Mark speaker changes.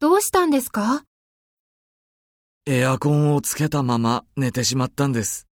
Speaker 1: どうしたんですか
Speaker 2: エアコンをつけたまま寝てしまったんです。